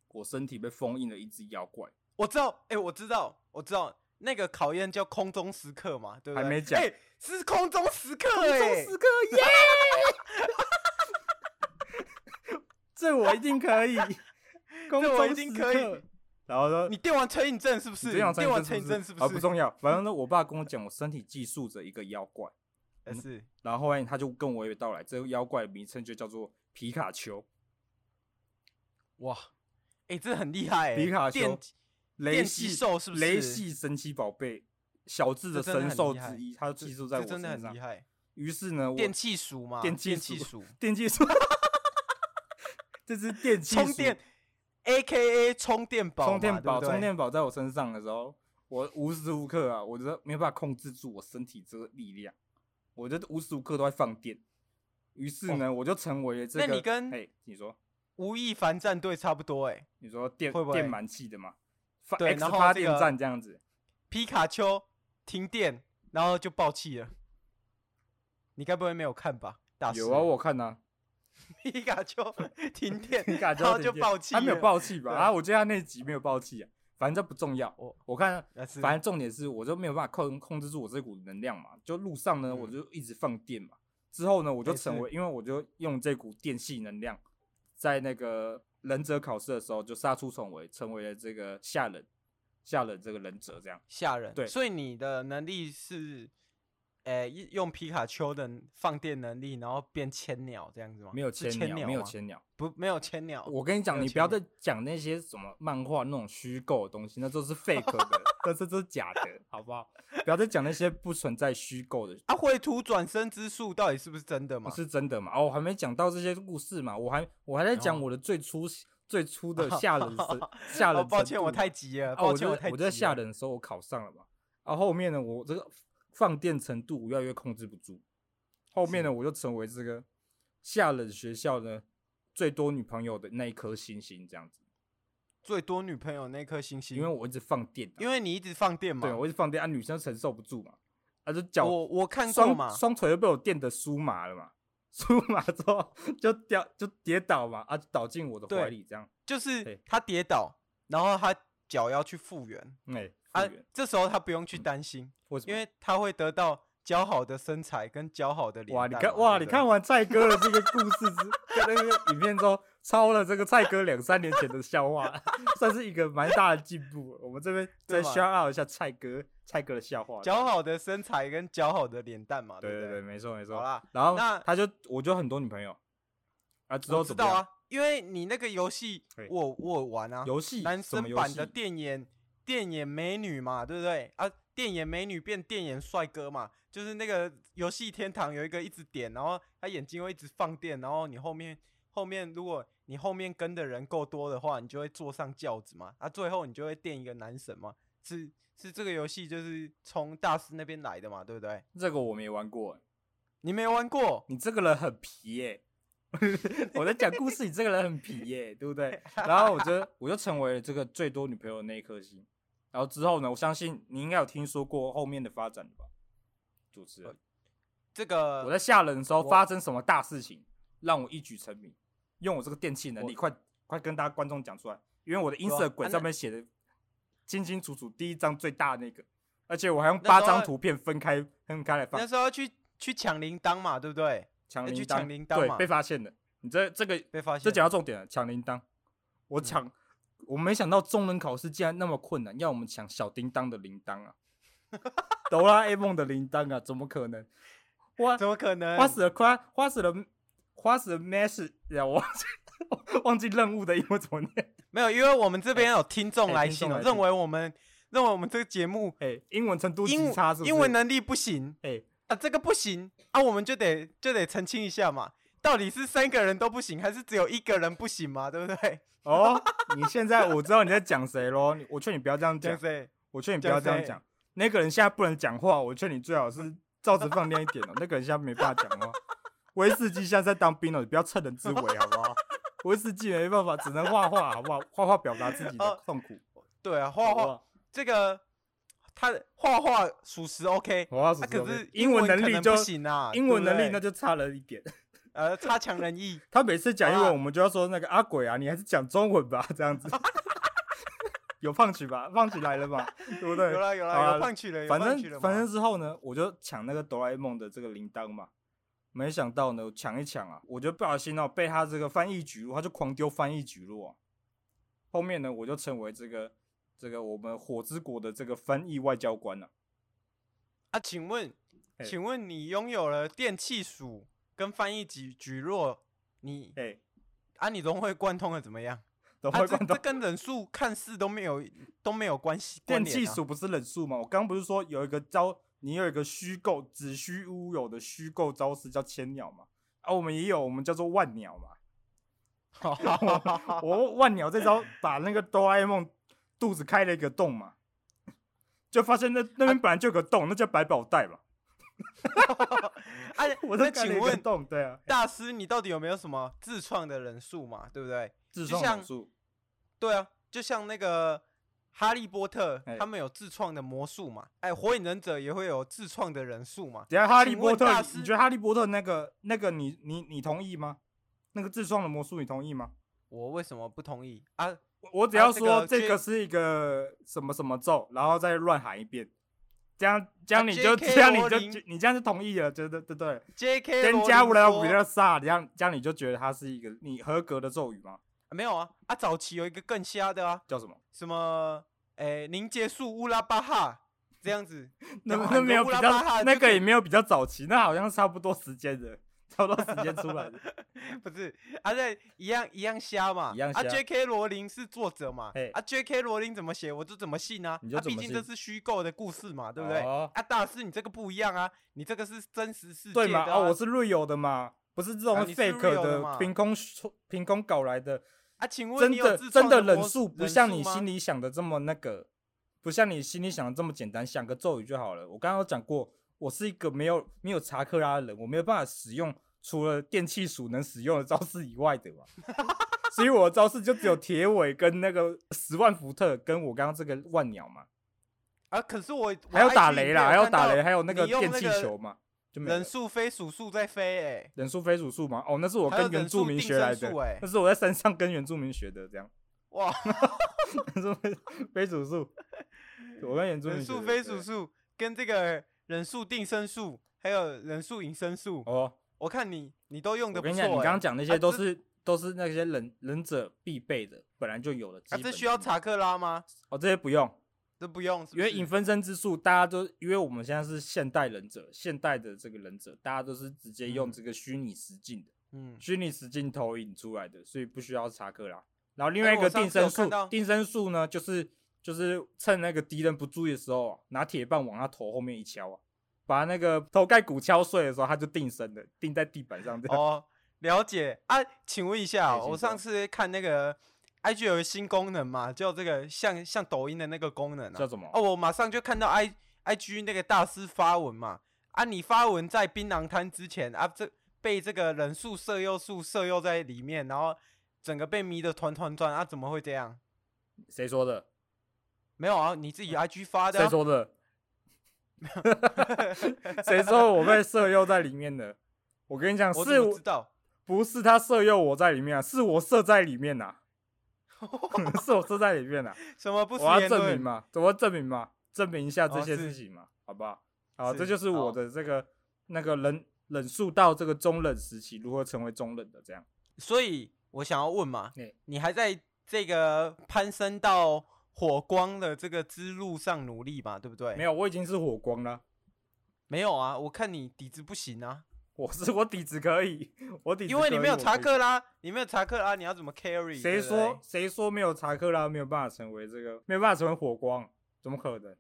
B: 我身体被封印了一只妖怪，
A: 我知道，哎、我知道，我知道，那个考验叫空中时刻嘛，对不对？
B: 还没讲
A: 哎、是空中时刻、哎，
B: 中时刻耶！ 这我一定 可以，空
A: 这我一
B: 中
A: 定
B: 时
A: 可以
B: 刻。然后说
A: 你电完成瘾症是不是？
B: 这样
A: 你电完成
B: 成
A: 瘾症是不
B: 啊，
A: 是？
B: 不重要，反正呢，我爸跟我讲，我身体寄宿着一个妖怪，
A: 呃是
B: 然后后来他就跟我娓娓道来，这个妖怪的名称就叫做皮卡丘。
A: 哇，哎、这很厉害、哎
B: 皮卡丘
A: 电
B: 雷
A: 电击
B: 系
A: 兽是不
B: 雷
A: 是
B: 系神奇宝贝小智的
A: 这真的
B: 神
A: 很
B: 兽
A: 厉害
B: 之一，它
A: 这
B: 寄宿在我
A: 这真
B: 身
A: 的很
B: 上
A: 厉。害。
B: 于是呢，我
A: 电气鼠嘛，
B: 电气
A: 气
B: 鼠
A: 鼠，
B: 电技术， 这只电器
A: 充电，A K A 充电宝嘛，
B: 充电宝
A: 对不对
B: 充电宝在我身上的时候，我无时无刻啊，我觉得没有办法控制住我身体这个力量，我就无时无刻都在放电。于是呢，我就成为了这个。
A: 哦那你跟
B: 哎，你说
A: 吴亦凡战队差不多哎、
B: 你说电
A: 会不会
B: 电蛮气的嘛？发
A: 对
B: X
A: 然后
B: 发
A: 这
B: 电
A: 个
B: 站这样子，
A: 皮卡丘停电，然后就爆气了。你该不会没有看吧？大师
B: 有啊，我看啊，
A: 皮卡丘 停 电，
B: 皮卡丘
A: 然后
B: 停
A: 就
B: 电
A: 爆气，
B: 他没有，爆气吧？
A: 对
B: 啊，我记得他那集没有爆气啊，反正这不重要。
A: 我
B: 我我看，
A: 那是
B: 反正重点是，我就没有办法控控制住我这股能量嘛，就路上呢，
A: 嗯哎
B: 我就一直放电嘛。之后呢，我就
A: 没事
B: 成为，因为我就用这股电系能量，在那个忍者考试的时候就杀出重围，成为了这个下忍，下忍这个忍者这样。
A: 吓人。
B: 对
A: 所以你的能力是，呃、一用皮卡丘的放电能力，然后变千鸟这样子吗？
B: 没有
A: 是
B: 千
A: 千
B: 鸟，没有
A: 吗
B: 千鸟。
A: 不，没有千鸟。
B: 我跟你
A: 没
B: 讲，
A: 有
B: 你
A: 千
B: 不要
A: 鸟
B: 再讲那些什么漫画那种虚构的东西，那都是 fake 的，那这都是假的，好不好？不要再讲那些不存在虚构的，
A: 啊，绘图转身之术到底是不是真的嘛？
B: 是真的嘛？哦，我还没讲到这些故事嘛，我还我还在讲
A: 哦
B: 我的最初、最初 的吓人神吓
A: 哦，
B: 人程度嘛、
A: 抱歉，我太急了，
B: 啊，
A: 抱
B: 我
A: 歉，
B: 就
A: 太急
B: 我
A: 了。
B: 在吓人的时候我考上了嘛，然、后后面呢，我这个放电程度我越来越控制不住，后面呢我就成为这个吓人学校呢最多女朋友的那一颗星星这样子，
A: 最多女朋友那颗星星，
B: 因为我一直放电啊、
A: 因为你一直放电嘛。
B: 对我一直放电啊，女生承受不住嘛，啊就脚
A: 我我看过嘛
B: 双，双腿就被我电的酥麻了嘛，酥麻之后就掉就跌倒嘛，啊，就倒进我的怀
A: 对
B: 里这样，
A: 就是
B: 对
A: 他跌倒，然后他脚要去复原
B: 哎、
A: 啊
B: 复原，
A: 这时候他不用去担心，
B: 为什么？
A: 因为他会得到姣好的身材跟姣好的脸
B: 哇，
A: 蛋
B: 你
A: 嘛。
B: 看哇，
A: 对
B: 你
A: 不对
B: 看，完蔡哥的这个故事之那个影片之后，超了这个蔡哥两三年前的笑话， 算是一个蛮大的进步。我们这边
A: 对
B: 再
A: 嘛
B: shout out 一下蔡哥，蔡哥的笑话。
A: 姣好的身材跟姣好的脸蛋嘛，
B: 对
A: 不
B: 对
A: 对？
B: 对，没错没错。
A: 好啦
B: 然后
A: 那
B: 他就我就很多女朋友啊，之后
A: 我知
B: 怎么
A: 道
B: 样？
A: 啊，因为你那个游戏
D: 对
A: 我我有玩啊，
B: 游戏
A: 男
B: 什么
A: 生
B: 游
A: 版
B: 戏
A: 的电眼电眼美女嘛，对不对啊？电眼美女变电眼帅哥嘛，就是那个游戏天堂有一个一直点，然后他眼睛会一直放电，然后你后面后面如果你后面跟的人够多的话，你就会坐上轿子嘛，啊，最后你就会电一个男神嘛，是是这个游戏就是从大师那边来的嘛，对不对？
B: 这个我没玩过、
A: 你没玩过，
B: 你这个人很皮耶、 我在讲故事，你这个人很皮耶、对 不对？然后我就我就成为了这个最多女朋友的那一颗星。然后之后呢，我相信你应该有听说过后面的发展了吧？主持人，
A: 这个
B: 我在吓人的时候
A: 呃我
B: 发生什么大事情，让我一举成名？用我这个电器能力，快快跟大家观众讲出来，因为我的音色
A: 啊
B: 滚
A: 那
B: 上面写的清清楚楚，第一张最大的那个，而且我还用
A: 那时候
B: 八张图片分开分开来放
A: 那，时候要去去抢铃铛嘛，对不对？
B: 抢
A: 要去
B: 铃
A: 抢
B: 铛，
A: 铃铛嘛
B: 对，被发现的。你这这个
A: 被发现
B: 这讲到重点了，抢铃铛。
A: 嗯
B: 我抢，我没想到中文考试竟然那么困难，要我们抢小叮当的铃铛啊，哆啦 A 梦的铃铛啊，怎么可能？花
A: 怎么可能？
B: 花死了，快花死了，花死了 message，呀我忘记我忘记任务的英文怎么念？
A: 没有，因为我们这边有听众
B: 哎
A: 来
B: 听
A: 信哦，
B: 众来信
A: 认为我们认为我们这个节目
B: 哎、英文程度
A: 英
B: 极差是不是？
A: 英文能力不行
B: 哎、
A: 啊，这个不行啊，我们就得就得澄清一下嘛，到底是三个人都不行，还是只有一个人不行嘛？对不对？
B: 哦，你现在我知道你在讲谁喽，你我劝你不要这样
A: 对
B: 讲
A: 不，对？
B: 我劝你不要这样
A: 讲
B: 讲。那个人现在不能讲话，我劝你最好是照着放亮一点哦。那个人现在没办法讲话，威士忌现在在当兵了，你不要趁人之危好不好？威士忌没办法，只能画画好不好？画画表达自己的痛苦。
A: 对啊，哦画
B: 好不
A: 画
B: 好
A: 这个他的画画属实 OK，
B: 我要
A: 他
B: 是
A: 啊可是
B: 英文能
A: 可
B: 力
A: 能
B: 就
A: 不行啊，
B: 英文
A: 对
B: 能
A: 不
B: 力那
A: 对
B: 就差了一点。
A: 呃差强人意。
B: 他每次讲英
A: 好
B: 文，
A: 啦
B: 我们就要说那个阿鬼啊，你还是讲中文吧，这样子。有放曲吧？放曲来了吧？对不对？
A: 有啦有
B: 好
A: 啦，
B: 啦
A: 有胖曲了，有
B: 反
A: 胖曲了嘛
B: 正反正之后呢，我就抢那个哆啦 A 梦的这个铃铛嘛，没想到呢，我抢一抢啊，我就不小心哦、被他这个翻译局，他就狂丢翻译局落、啊。后面呢，我就成为这个这个我们火之国的这个翻译外交官了、
A: 啊，请问，
B: 嘿
A: 请问你拥有了电气鼠跟翻译局局弱，你
B: 哎、
A: 啊，你融会贯通了怎么样？
B: 都
A: 啊，
B: 会
A: 这
B: 关
A: 这
B: 到
A: 跟人数看似都没有都没有关系，关
B: 电
A: 联
B: 气
A: 啊
B: 鼠不是忍术吗？我刚不是说有一个招，你有一个虚构子虚乌有的虚构招式叫千鸟嘛？啊，我们也有，我们叫做万鸟嘛。
A: 啊
B: 我万鸟这招把那个哆啦 A 梦肚子开了一个洞嘛，就发现那那边本来就有个洞，那叫百宝袋嘛。
A: 啊，
B: 我
A: 那
B: 都开了
A: 请
B: 一个
A: 问
B: 洞，对啊，
A: 大师，你到底有没有什么自创的人数嘛？对不对？
B: 自
A: 就
B: 创
A: 像
B: 手术，
A: 对啊，就像那个哈利波特，
B: 哎
A: 他们有自创的魔术嘛？哎，火影忍者也会有自创的人数嘛？
B: 等一下哈利波
A: 请问
B: 特
A: 大，师
B: 你觉得哈利波特那个那个你你你同意吗？那个自创的魔术你同意吗？
A: 我为什么不同意啊？
B: 我我只
A: 啊
B: 要
A: 这
B: 说
A: 个
B: 这
A: J-
B: 个是一个什么什么咒，然后再乱喊一遍，这样这样
A: 啊
B: 你就
A: J.K.
B: 这样你
A: 罗琳
B: 就你这样就同意了，对对对对。
A: J.K.
B: 跟
A: 罗
B: 加
A: 琳
B: 乌拉
A: 说
B: 比勒萨，这样这样你就觉得它是一个你合格的咒语吗？
A: 啊没有啊，啊，早期有一个更瞎的啊，
B: 叫什么？，
A: 什么诶，凝结束乌拉巴哈这样子
B: 那
A: 就喊
B: 那没有
A: 乌
B: 比
A: 拉
B: 较
A: 巴哈，
B: 那
A: 就
B: 个
A: 可
B: 也没有比较早期，那好像差不多时间的，差不多时间出来的。
A: 不是，啊，对，一样一样瞎嘛，
B: 一样
A: 啊
B: 瞎
A: ，J.K. 罗琳是作者嘛
B: 嘿，
A: 啊，J.K. 罗琳怎么写我就怎么信啊，
B: 你就
A: 啊，
B: 怎
A: 毕
B: 么
A: 竟这
B: 信
A: 是虚构的故事嘛，对不对？
B: 哦
A: 啊，大师你这个不一样啊，你这个是真实世界
B: 对
A: 的
B: 嘛？
A: 啊、
B: 啊，我是 real 的嘛，不是这种
A: 啊你是
B: fake
A: real 的嘛
B: 的凭空说凭空搞来的，
A: 啊，请问
B: 真
A: 你有
B: 的
A: 自
B: 真
A: 创
B: 的
A: 的
B: 忍
A: 魔
B: 术不
A: 人
B: 像你
A: 吗
B: 心里想的这么那个，不像你心里想的这么简单，想个咒语就好了。我刚刚有讲过，我是一个没有没有查克拉的人，我没有办法使用除了电气鼠能使用的招式以外的嘛， 所以我的招式就只有铁尾跟那个十万伏特跟我刚刚这个万鸟嘛，
A: 啊，可是我我
B: 还有
A: IG
B: 打
A: 影
B: 雷
A: 片
B: 啦，还有
A: 看
B: 打
A: 到
B: 雷，还有那个
A: 你用
B: 电
A: 那
B: 气
A: 个
B: 球嘛，就没了
A: 人数非数数在飞、欸，
B: 忍术非属术嘛，哦，那是我
A: 还有
B: 跟原
A: 忍术
B: 住民
A: 定
B: 学来
A: 身
B: 的
A: 术欸，
B: 那是我在山上跟原住民学的这样。
A: 哇，
B: 人数非非主数，我跟原住民
A: 人
B: 学的
A: 数非数
B: 对
A: 数跟这个人数定身术，还有人数隐身术，
B: 哦。
A: 我看你你都用
B: 我
A: 的不
B: 跟
A: 错、
B: 你
A: 欸。
B: 讲，你刚刚讲那
A: 啊
B: 些都
A: 这
B: 是都是那些忍忍者必备的，本来就有的。基
A: 啊，
B: 本
A: 这
B: 的
A: 需要
B: 嘛
A: 查克拉吗？
B: 哦，这些不用，
A: 这不用，是不
B: 因为
A: 是
B: 影分身之术，大家都因为我们现在是现代忍者，现代的这个忍者，大家都是直接用
A: 嗯
B: 这个虚拟实境的，
A: 嗯，
B: 虚拟实境投影出来的，所以不需要查克拉。然后另外一
A: 哎我
B: 个
A: 上
B: 定
A: 次有
B: 身术
A: 看到，
B: 定身术呢，就是就是趁那个敌人不注意的时候啊、拿铁棒往他头后面一敲啊，把那个头盖骨敲碎的时候，他就定身了，定在地板上这样。
A: 哦，了解啊。请问一下
B: 哎
A: 哦，
B: 请
A: 我上
B: 说
A: 次看那个 IG 有个新功能嘛，叫这个像像抖音的那个功能
B: 叫
A: 啊。
B: 什么？
A: 哦，我马上就看到 I IG 那个大师发文嘛，啊，你发文在槟榔摊之前啊，这被这个人数色诱术色诱在里面，然后整个被迷得团团转啊，怎么会这样？
B: 谁说的？
A: 没有啊，你自己 IG 发的、
B: 谁
A: 啊。
B: 说的？ 谁说我被色诱在里面的？我跟你讲，
A: 我
B: 是
A: 怎么
B: 我
A: 知道？
B: 不是他色诱我在里面啊？是我射在里面 呐、啊，是我射在里面呐、啊。
A: 什么不实
B: 我要
A: 言
B: 证明
A: 论？
B: 嘛，怎么证明嘛？证明一下这
A: 哦
B: 些
A: 是
B: 事情嘛，好不好？好，
A: 是
B: 这就是
A: 好
B: 我的这个那个冷冷速到这个中冷时期如何成为中冷的这样。
A: 所以我想要问嘛
B: 哎，
A: 你还在这个攀升到火光的这个之路上努力嘛？对不对？
B: 没有，我已经是火光了，
A: 没有啊，我看你底子不行啊，
B: 我是我底子可以，我底子
A: 因为你
B: 可以
A: 没有
B: 我
A: 查
B: 可以
A: 克拉，你没有查克拉，你要怎么 carry？
B: 谁
A: 对不
B: 说
A: 对
B: 谁说没有查克拉没有办法成为这个没有办法成为火光？怎么可能？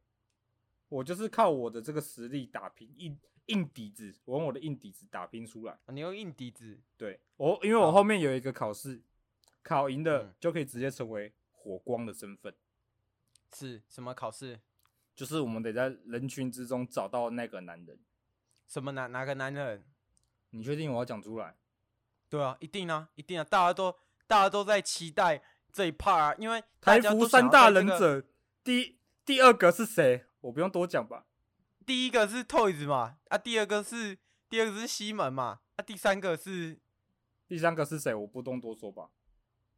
B: 我就是靠我的这个实力打拼，硬硬底子，我用我的硬底子打拼出来。
A: 啊你用硬底子？
B: 对我，因为我
A: 好
B: 后面有一个考试，考赢的
A: 嗯
B: 就可以直接成为火光的身份，
A: 是什么考试？
B: 就是我们得在人群之中找到那个男人。
A: 什么哪哪个男人？
B: 你确定我要讲出来？
A: 对啊，一定啊，一定啊，大家都大家都在期待这一 part，、啊、因为大
B: 台
A: 家
B: 服
A: 都想
B: 三
A: 要
B: 大
A: 在这
B: 忍
A: 个
B: 者，第第二个是谁？我不用多讲吧？
A: 第一个是 Toys 嘛，啊，第二个是第二个是西门嘛，啊，第三个是
B: 第三个是谁？我不用多说吧？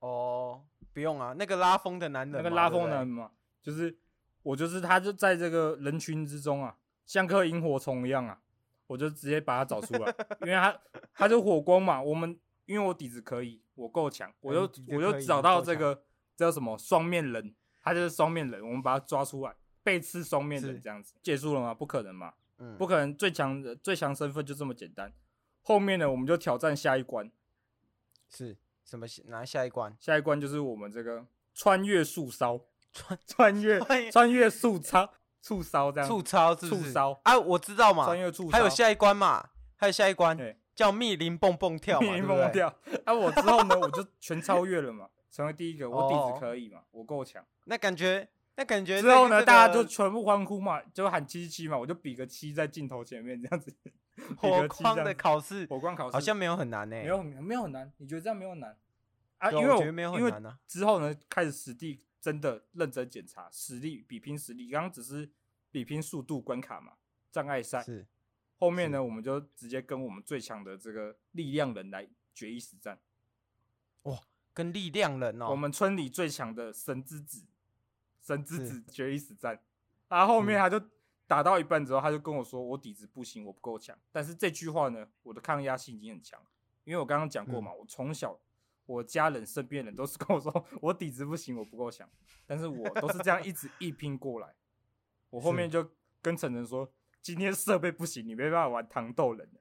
A: 哦，不用啊，那个拉风的男人嘛，
B: 那个拉
A: 对
B: 风
A: 不对
B: 男嘛，就是我就是他就在这个人群之中啊，像颗萤火虫一样啊，我就直接把他找出来，因 为他他就火光嘛，我们因为我底子可以，我够强，我就
A: 哎你底子
B: 我
A: 可
B: 就
A: 以
B: 找
A: 你
B: 到
A: 够
B: 这个叫什么双面人，他就是双面人，我们把他抓出来，背刺双面
A: 是
B: 人这样子，结束了吗？不可能嘛，
A: 嗯，
B: 不可能，最强的最强身份就这么简单。后面呢，我们就挑战下一关，
A: 是什么？拿下一关，
B: 下一关就是我们这个穿越树梢，
A: 穿
B: 穿越
A: 穿越
B: 穿越树梢，树梢这样，
A: 醋超是不
B: 嗯醋
A: 是
B: 烧
A: 啊，我知道嘛
B: 穿，越树梢，
A: 还有下一关嘛，还有下一关
B: 对
A: 叫密林蹦蹦 跳嘛，
B: 一
A: 对不
B: 蹦
A: 对？
B: 掉。啊，我之后呢，我就全超越了嘛，成为第一个，我底
A: 哦
B: 子可以嘛，我够强。
A: 那感觉，那感觉
B: 之后
A: 那
B: 呢，
A: 个
B: 大家就全部欢呼嘛，就喊七七嘛，我就比个七在镜头前面这样子， 比
A: 火
B: 个七
A: 框
B: 这
A: 的
B: 样子。
A: 考试
B: 火光考试
A: 好像没有很难呢、
B: 没有很没有很难，你觉得这样没有很难啊？因
A: 对
B: 为
A: 我
B: 我
A: 觉得没有很
B: 因为
A: 难啊
B: 之后呢，开始实地真的认真检查实力，比拼实力。刚刚只是比拼速度关卡嘛，障碍赛。
A: 是
B: 后面呢，我们就直接跟我们最强的这个力量人来决一死战。
A: 跟力量人哦，
B: 我们村里最强的神之子，神之
A: 是嗯
B: 子决一死战。然后后面他就打到一半之后，他就跟我说：“我底子不行，我不够强。”但是这句话呢，我的抗压性已经很强，因为我刚刚
A: 嗯
B: 讲过嘛，我从小我家人身边人都是跟我说我底子不行，我不够强，但是我都是这样一 直一拼过来。我后面就跟晨晨说：“今天设备不行，你没办法玩糖豆人了。”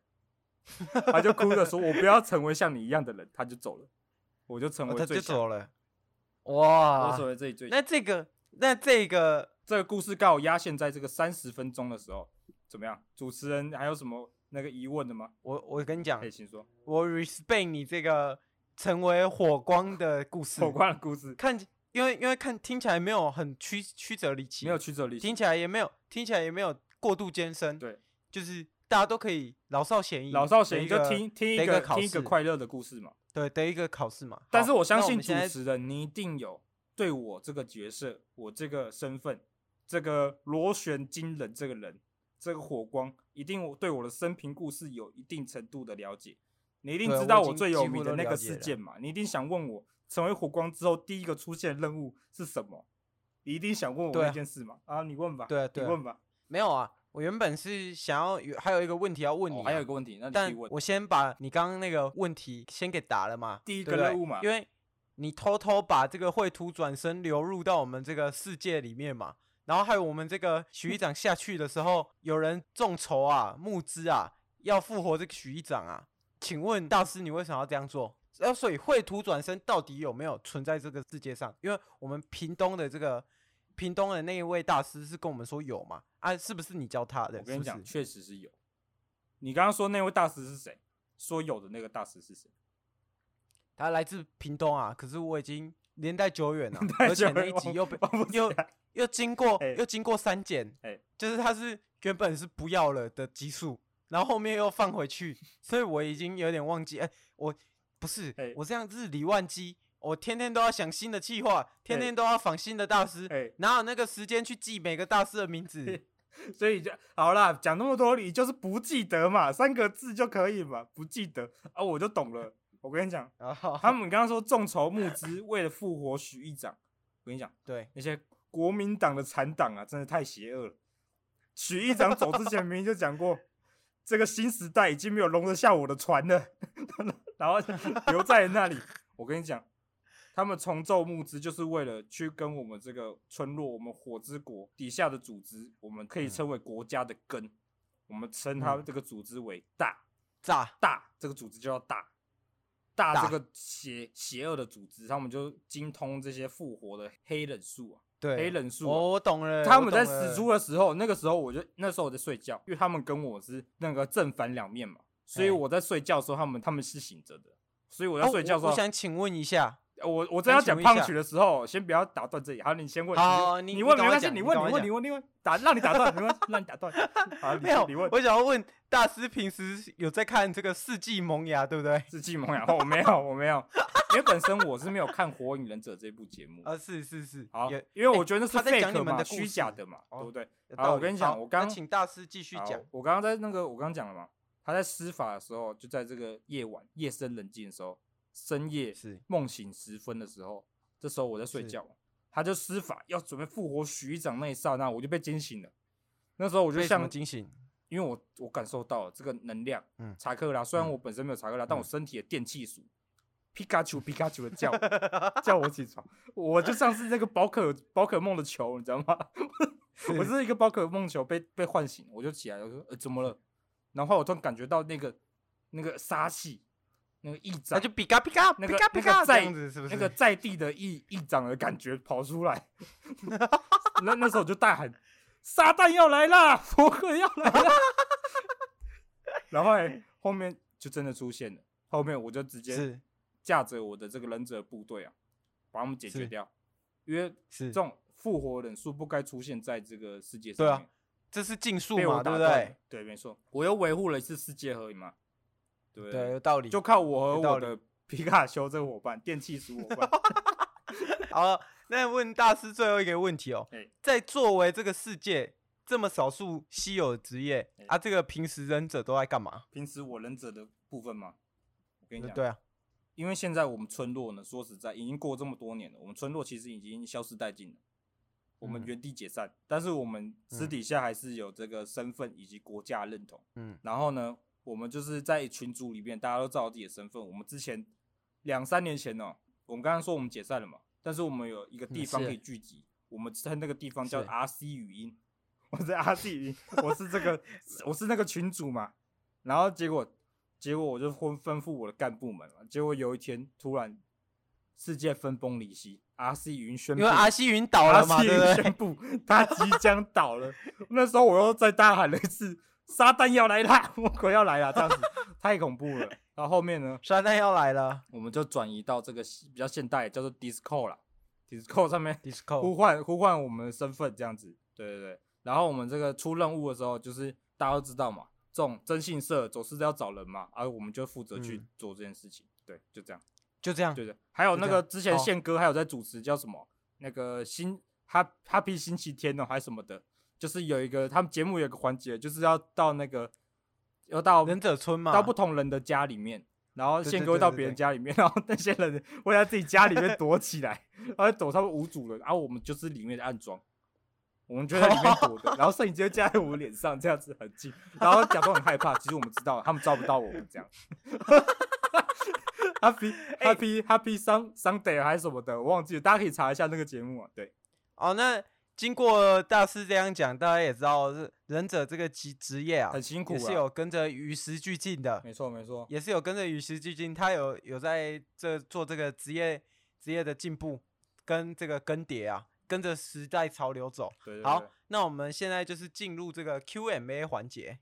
B: 他就哭着说：“我不要成为像你一样的人。”他就走了，我就成
A: 哦
B: 为
A: 他
B: 最
A: 就
B: 强的
A: 走了，哇啊
B: 我，所谓这里最
A: 那这个那这个
B: 这个故事刚好压线在这个三十分钟的时候，怎么样？主持人还有什么那个疑问的吗？
A: 我我跟你讲
B: 可以，请说。
A: 我 respect 你这个成为火光的故事。
B: 火光的故事
A: 看，因为因为看听起来没有很曲曲折离奇，
B: 没有曲折离奇
A: 听，起来也没有听起来也没有过度艰深，
B: 对，
A: 就是大家都可以老少咸宜的一个，
B: 老少咸宜就听听一
A: 的一
B: 个
A: 考
B: 听一
A: 试
B: 个快乐的故事嘛。
A: 对的一个考试嘛。
B: 但是
A: 好
B: 我相
A: 那
B: 信
A: 们
B: 主
A: 现在
B: 持人你一定有对我这个角色、我这个身份、这个螺旋惊人这个人、这个火光，一定我对我的生平故事有一定程度的了解。你一定
A: 对啊
B: 知
A: 我
B: 道
A: 已
B: 我
A: 经
B: 最
A: 几
B: 有
A: 乎
B: 名的
A: 都
B: 那
A: 了
B: 个
A: 解
B: 事
A: 了
B: 件嘛？你一定想问我成为火光之后第一个出现的任务是什么？你一定想问我
A: 对
B: 那
A: 啊
B: 件事嘛？啊，你问吧，
A: 对啊对啊
B: 你问吧。
A: 没有啊，我原本是想要有还有一个问题要问你、啊
B: 哦，还有一。个问题，那你自
A: 但
B: 己问。
A: 我先把你刚刚那个问题先给答了嘛，
B: 第一
A: 对
B: 个
A: 不对
B: 任务嘛
A: 因为你偷偷把这个绘图转身流入到我们这个世界里面嘛，然后还有我们这个许一长下去的时候，有人众筹啊募资啊，要复活这个许一长啊，请问大师，你为什么要这样做？那所以绘图转身到底有没有存在这个世界上？因为我们屏东的这个屏东的那一位大师是跟我们说有嘛？啊，是不是你教他的？
B: 我跟你讲，
A: 是不是
B: 确实是有。你刚刚说那位大师是谁？说有的那个大师是谁？
A: 他来自屏东啊，可是我已经年代久远 了，
B: 代
A: 而且
B: 久
A: 那
B: 远
A: 一
B: 忘
A: 集又被
B: 忘不起
A: 又
B: 来
A: 又经过、
B: 哎
A: 又经过删减，
B: 哎
A: 就是他是原本是不要了的集数，然后后面又放回去， 所以我已经有点忘记，哎、我不是、
B: 哎
A: 我这样日理万机，我天天都要想新的计划，天天都要仿新的大师，
B: 哎
A: 哪有那个时间去记每个大师的名字？
B: 所以就好啦，讲那么多，你就是不记得嘛，三个字就可以嘛，不记得啊，我就懂了。我跟你讲，
A: 然后
B: 他们刚刚说众筹募资，为了复活许议长，我跟你讲，
A: 对，
B: 那些国民党的残党啊，真的太邪恶了。许议长走之前明明就讲过，这个新时代已经没有容得下我的船了， 然 后留在那里。我跟你讲，他们重奏募资就是为了去跟我们这个村落，我们火之国底下的组织，我们可以称为国家的根，我们称它
A: 嗯
B: 这个组织为大。
A: 炸
B: 大这个组织就叫大，大
A: 大
B: 这个邪邪恶的组织，他们就精通这些复活的黑人术啊，
A: 对
B: 黑人术啊、
A: 我我懂了，
B: 他
A: 我
B: 们
A: 懂
B: 在
A: 了
B: 使出的时候，那个时候我就那时候我在睡觉，因为他们跟我是那个正反两面嘛，所以
A: 嘿
B: 我在睡觉的时候，他们他们是醒着的，所以我在
A: 哦
B: 睡觉的时
A: 我
B: 候，
A: 我想请问一下，
B: 呃我我正要讲
A: 我想请问一
B: 胖
A: 下
B: 曲的时候，先不要打断这里，好，你先问，
A: 好
B: 你
A: 你
B: 问
A: 你赶快
B: 没关系，
A: 讲
B: 你
A: 你
B: 问
A: 赶
B: 你
A: 快
B: 问
A: 讲
B: 你问你问，打让你打断没关系，让你打 断，好，你
A: 没有，
B: 你问。
A: 我想要问大师，平时有在看这个《世纪萌芽》对不对？
B: 是寂萌呀？哦，我没有，我没有，因为本身我是没有看《火影忍者》这部节目。
A: 啊，是是是，
B: 好
A: 有，
B: 因为我觉得那是
A: 他在讲
B: fake
A: 你们
B: 嘛，
A: 的故
B: 虚假
A: 事
B: 的嘛，
A: 哦
B: 对不对？
A: 有
B: 好
A: 道
B: 我
A: 理
B: 跟你讲
A: 好
B: 我
A: 那
B: 刚
A: 请大师继续
B: 好
A: 讲。
B: 我刚刚在那个，我刚刚讲了嘛，他在施法的时候，就在这个夜晚夜深人静的时候，深夜
A: 是
B: 梦醒时分的时候，这时候我在睡
A: 是
B: 觉嘛，他就施法要准备复活徐长那一刹那，我就被惊醒了。那时候我就
A: 被什么
B: 像
A: 惊醒？
B: 因为我我感受到了这个能量，
A: 嗯
B: 查克拉。虽然
A: 嗯
B: 我本身没有查克拉，但
A: 嗯
B: 我身体的电气属，皮卡丘皮卡 丘的叫我叫我起床，我就像是那个宝可宝可梦的球，你知道吗？ 我是一个宝可梦球被被唤醒，我就起来，我说呃怎么了？然后我突然感觉到那个那个杀气，那个一掌
A: 那就比嘎比嘎，
B: 那
A: 比
B: 个
A: 嘎
B: 那
A: 比
B: 个
A: 嘎这
B: 在
A: 样子，是不是？
B: 那个在地的一一掌的感觉跑出来， 那那时候我就大喊：“撒旦要来啦，佛克要来啦！” 然后、欸、后面就真的出现了，后面我就直接
A: 是
B: 驾着我的这个忍者部队啊，把他们解决
A: 是
B: 掉，因为这
A: 是，
B: 种复活人数不该出现在这个世界上
A: 对啊
B: 面。
A: 这是竞速
B: 被我
A: 嘛，对
B: 打
A: 不
B: 断
A: 对
B: 了？对，没错，我又维护了一次世界和平嘛，对不
A: 对，有道理。
B: 就靠我和
A: 有道
B: 我
A: 理
B: 的皮卡丘这个伙伴，电气鼠伙 伴，
A: 好，那问大师最后一个问题哦
B: 哎，
A: 在作为这个世界这么少数稀有的职业
B: 哎
A: 啊，这个平时忍者都在干嘛？
B: 平时我忍者的部分嘛，我跟你讲，
A: 对啊，
B: 因为现在我们村落呢，说实在已经过这么多年了，我们村落其实已经消失殆尽了，我
A: 嗯
B: 们原地解散，但是我们私底下还是有这个身份以及国家认同。
A: 嗯，
B: 然后呢，我们就是在群组里面，大家都知道自己的身份。我们之前两三年前哦，我们刚刚说我们解散了嘛，但是我们有一个地
A: 嗯
B: 方
A: 是
B: 可以聚集，我们在那个地方叫
A: 是
B: RC 语音，我在 RC 语音，我是这 个我是那个群主嘛，然后结果结果我就吩吩咐我的干部们嘛，结果有一天突然世界分崩离析，RC 语音宣布
A: 因为阿西云倒
B: 阿
A: 了
B: 信
A: 嘛，对不对？
B: 宣布他即将倒了。那时候我又再大喊了一次：“撒旦要来啦， 魔鬼要来啦！”这样子太恐怖了。然后后面呢，
A: 沙旦要来了
B: 我们就转移到这个比较现代，叫做 Discord 啦，Discord 上面呼
A: ，disco，
B: 唤呼唤我们的身份，这样子。对对对。然后我们这个出任务的时候，就是大家都知道嘛，这种征信社总是要找人嘛，而、我们就负责去
A: 嗯
B: 做这件事情。对，就这样。
A: 就这样。
B: 对对，还有
A: 就
B: 那
A: 这
B: 个
A: 样哦
B: 之前
A: 好
B: 宪哥还有在主持叫什么那个星哈 Happy 星期天哦，还是什么的，就是有一个他们节目有一个环节，就是要到那个要到
A: 忍者村嘛，
B: 到不同人的家里面，然后
A: 对
B: 宪
A: 对
B: 哥会
A: 对
B: 到
A: 对
B: 别人
A: 对
B: 家里面，然后那些人会在自己家里面躲起来，然后躲他们无主人，然后我们就是里面的暗装。我们就在里面躲的，然后摄影机就架在我们脸上，这样子很近，然后假装很害怕，其实我们知道他们抓不到我们这样。Happy
A: 哎
B: Happy Happy Sun Sunday 还是什么的，我忘记了，大家可以查一下那个节目啊。对，
A: 哦，那经过大师这样讲，大家也知道，是忍者这个职职业啊，
B: 很辛苦
A: 也是
B: 啊。
A: 有跟着与时俱进的，
B: 没错没错，
A: 也是有跟着与时俱进，他有有在这做这个职业职业的进步跟这个更迭啊，跟着时代潮流走。
B: 对对
A: 好
B: 对，
A: 那我们现在就是进入这个 Q&A 环节。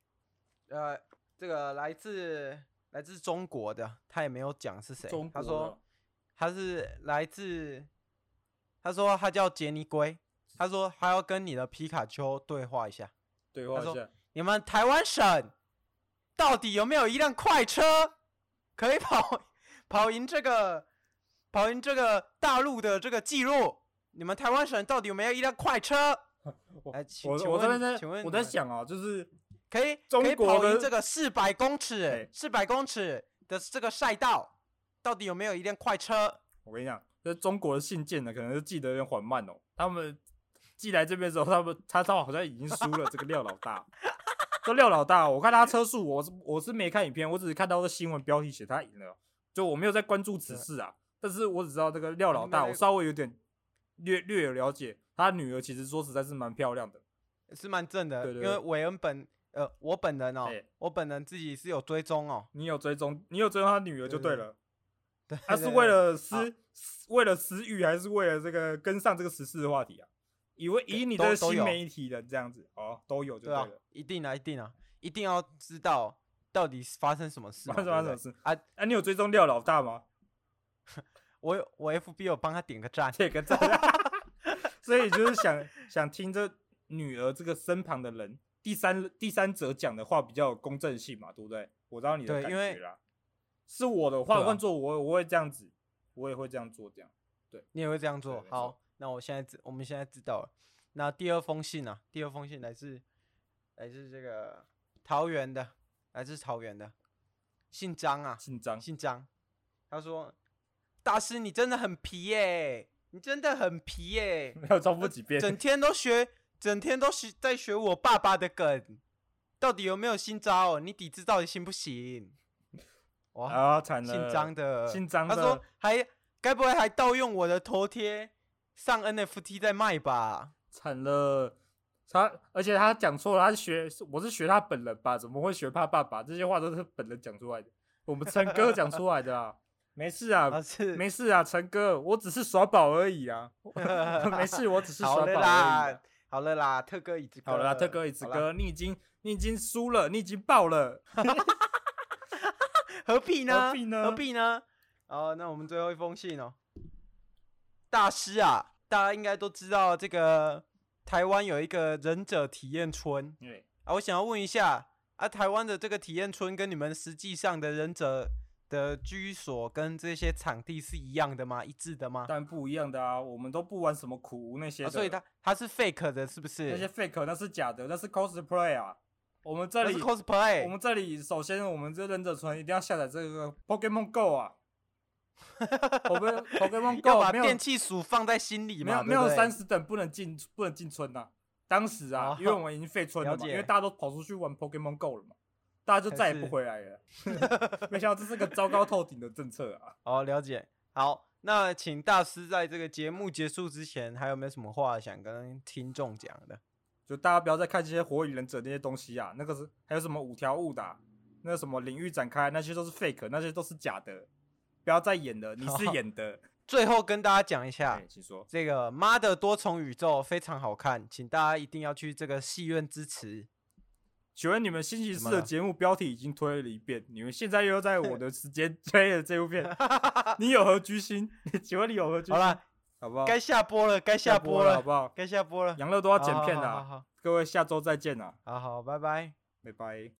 A: 呃，这个来自来自中国的，他也没有讲是谁
B: 中，
A: 他
B: 国
A: 说
B: 的
A: 他是来自，他说他叫杰尼龟，他说他要跟你的皮卡丘对话一下。
B: 对话
A: 他
B: 一
A: 说
B: 下，
A: 你们台湾省到底有没有一辆快车可以跑跑赢这个跑赢这个大陆的这个记录？你们台湾省到底有没有一辆快车？
B: 我
A: 哎，请
B: 我
A: 请
B: 我这边
A: 问
B: 在
A: 请问
B: 我在
A: 你们
B: 想啊，就是
A: 可以
B: 中
A: 可以
B: 国
A: 跑赢
B: 的
A: 这个四百公尺
B: 哎
A: 四百公尺的这个赛道，到底有没有一辆快车？
B: 我跟你讲，这中国的信件呢，可能是寄得有点缓慢哦。他们寄来这边之后，他们他他好像已经输了这个廖老大。 这廖老大，我看他车速，我是我是没看影片，我只是看到这新闻标题写他赢了，就我没有在关注此事啊。但是我只知道这个廖老大，
A: 没
B: 我稍微有点略略有了解。他女儿其实说实在是蛮漂亮的，
A: 是蛮正的，
B: 对对
A: 因为
B: 对
A: 韦恩本呃我本人哦、
B: 哎
A: 我本人自己是有追踪哦、
B: 你有追踪，你有追踪他女儿就
A: 对
B: 对
A: 对
B: 了。
A: 对，
B: 他是
A: 对对
B: 为了
A: 好
B: 私为了私欲，还是为了这个跟上这个时事的话题啊？以为以你
A: 都
B: 的
A: 都
B: 新
A: 有
B: 媒体人这样子哦，都有就
A: 对
B: 了。
A: 啊，一定啊，一定啊，一定要知道到底是发生什么事嘛。
B: 发生
A: 对
B: 发
A: 不
B: 生什么
A: 对
B: 事
A: 啊？
B: 啊，你有追踪廖老大吗？
A: 我有我 FB 有帮他点个赞，
B: 这个赞， 所以就是想想听这女儿这个身旁的人，第三第三者讲的话比较有公正性嘛，对不对？我知道你的
A: 对
B: 感
A: 因为
B: 觉啦。是我的话，
A: 对啊
B: 换做我，我会这样子，我也会这样做，这样。
A: 你也会这样做
B: 对。没错
A: 好，那我现在知，我们现在知道了。那第二封信啊，第二封信来自来自这个桃园的，来自桃园的，姓张啊，
B: 姓张，
A: 姓张，他说：“大师，你真的很皮耶、你真的很皮 耶、
B: 没有重复几遍，
A: 整天都学，整天都学在学我爸爸的梗，到底有没有新招？你底子到底行不行？哇，
B: 啊，惨了，
A: 姓张的，
B: 姓张
A: 他说
B: 的
A: 还该不会还盗用我的头贴上 NFT 在卖吧？
B: 惨了，他而且他讲错了，他是学我是学他本人吧？怎么会学他爸爸？这些话都是本人讲出来的，我们陈哥讲出来 的啊。没事
A: 啊
B: 啊，
A: 是，
B: 没事啊，陈哥，我只是耍宝而已 啊，没事，我只是
A: 好
B: 耍
A: 了
B: 宝而已
A: 啦
B: 啊。，
A: 好了啦，特哥椅子哥，
B: 好了啦，特哥椅子
A: 好啦，
B: 哥，你已经你已经输了，你已经爆了，
A: 何必呢？
B: 何必呢
A: 何必呢？哦，那我们最后一封信哦，大师啊，大家应该都知道这个台湾有一个忍者体验村，
B: 对，
A: 啊，我想要问一下啊，台湾的这个体验村跟你们实际上的忍者的居所跟这些场地是一样的吗？一致的吗？
B: 但不一样的啊，我们都不玩什么苦无那些
A: 啊，
B: 的，
A: 所以它它是 fake 的，是不
B: 那些
A: 是？
B: fake 那是假的，那是 cosplay 啊，我们这
A: 那
B: 里
A: 是 cosplay，
B: 我们这里首先，我们这忍者村一定要下载这个 Pokemon Go 啊。我们 Pokemon
A: 要
B: Go
A: 把
B: 没有
A: 电器鼠放在心里
B: 没
A: 嘛，
B: 有
A: 对
B: 没
A: 不
B: 有
A: 对
B: 三十等不能进不能进村呐、当时啊，
A: 哦
B: 因为我们已经废村了
A: 了
B: 嘛，
A: 解
B: 因为大家都跑出去玩 Pokemon Go 了嘛，大家就再也不回来了。 没想到这是个糟糕透顶的政策啊！
A: 哦，了解。好，那请大师在这个节目结束之前，还有没有什么话想跟听众讲的？
B: 就大家不要再看这些火影忍者那些东西啊，那个是还有什么五条悟的啊、那什么领域展开那些都是 fake，那些都是假的，不要再演了，你是 演的。
A: 最后跟大家讲一下
B: 哎，，请说。
A: 这个《妈的多重宇宙》非常好看，请大家一定要去这个戏院支持。
B: 请问你们星期
A: 怎么
B: 四
A: 了
B: 的节目标题已经推了一遍，你们现在又在我的时间推了这 部片，你有何居心？ 请问你有何居
A: 好
B: 心？
A: 了，
B: 好不好？
A: 该下播了，该
B: 下
A: 下播
B: 了，
A: 了
B: 好，不好？
A: 该下播了。
B: 杨乐都要剪片啊
A: 好好好
B: 啦，
A: 好
B: 各位下周再见啦，啊
A: 好好好，拜拜。
B: 拜拜。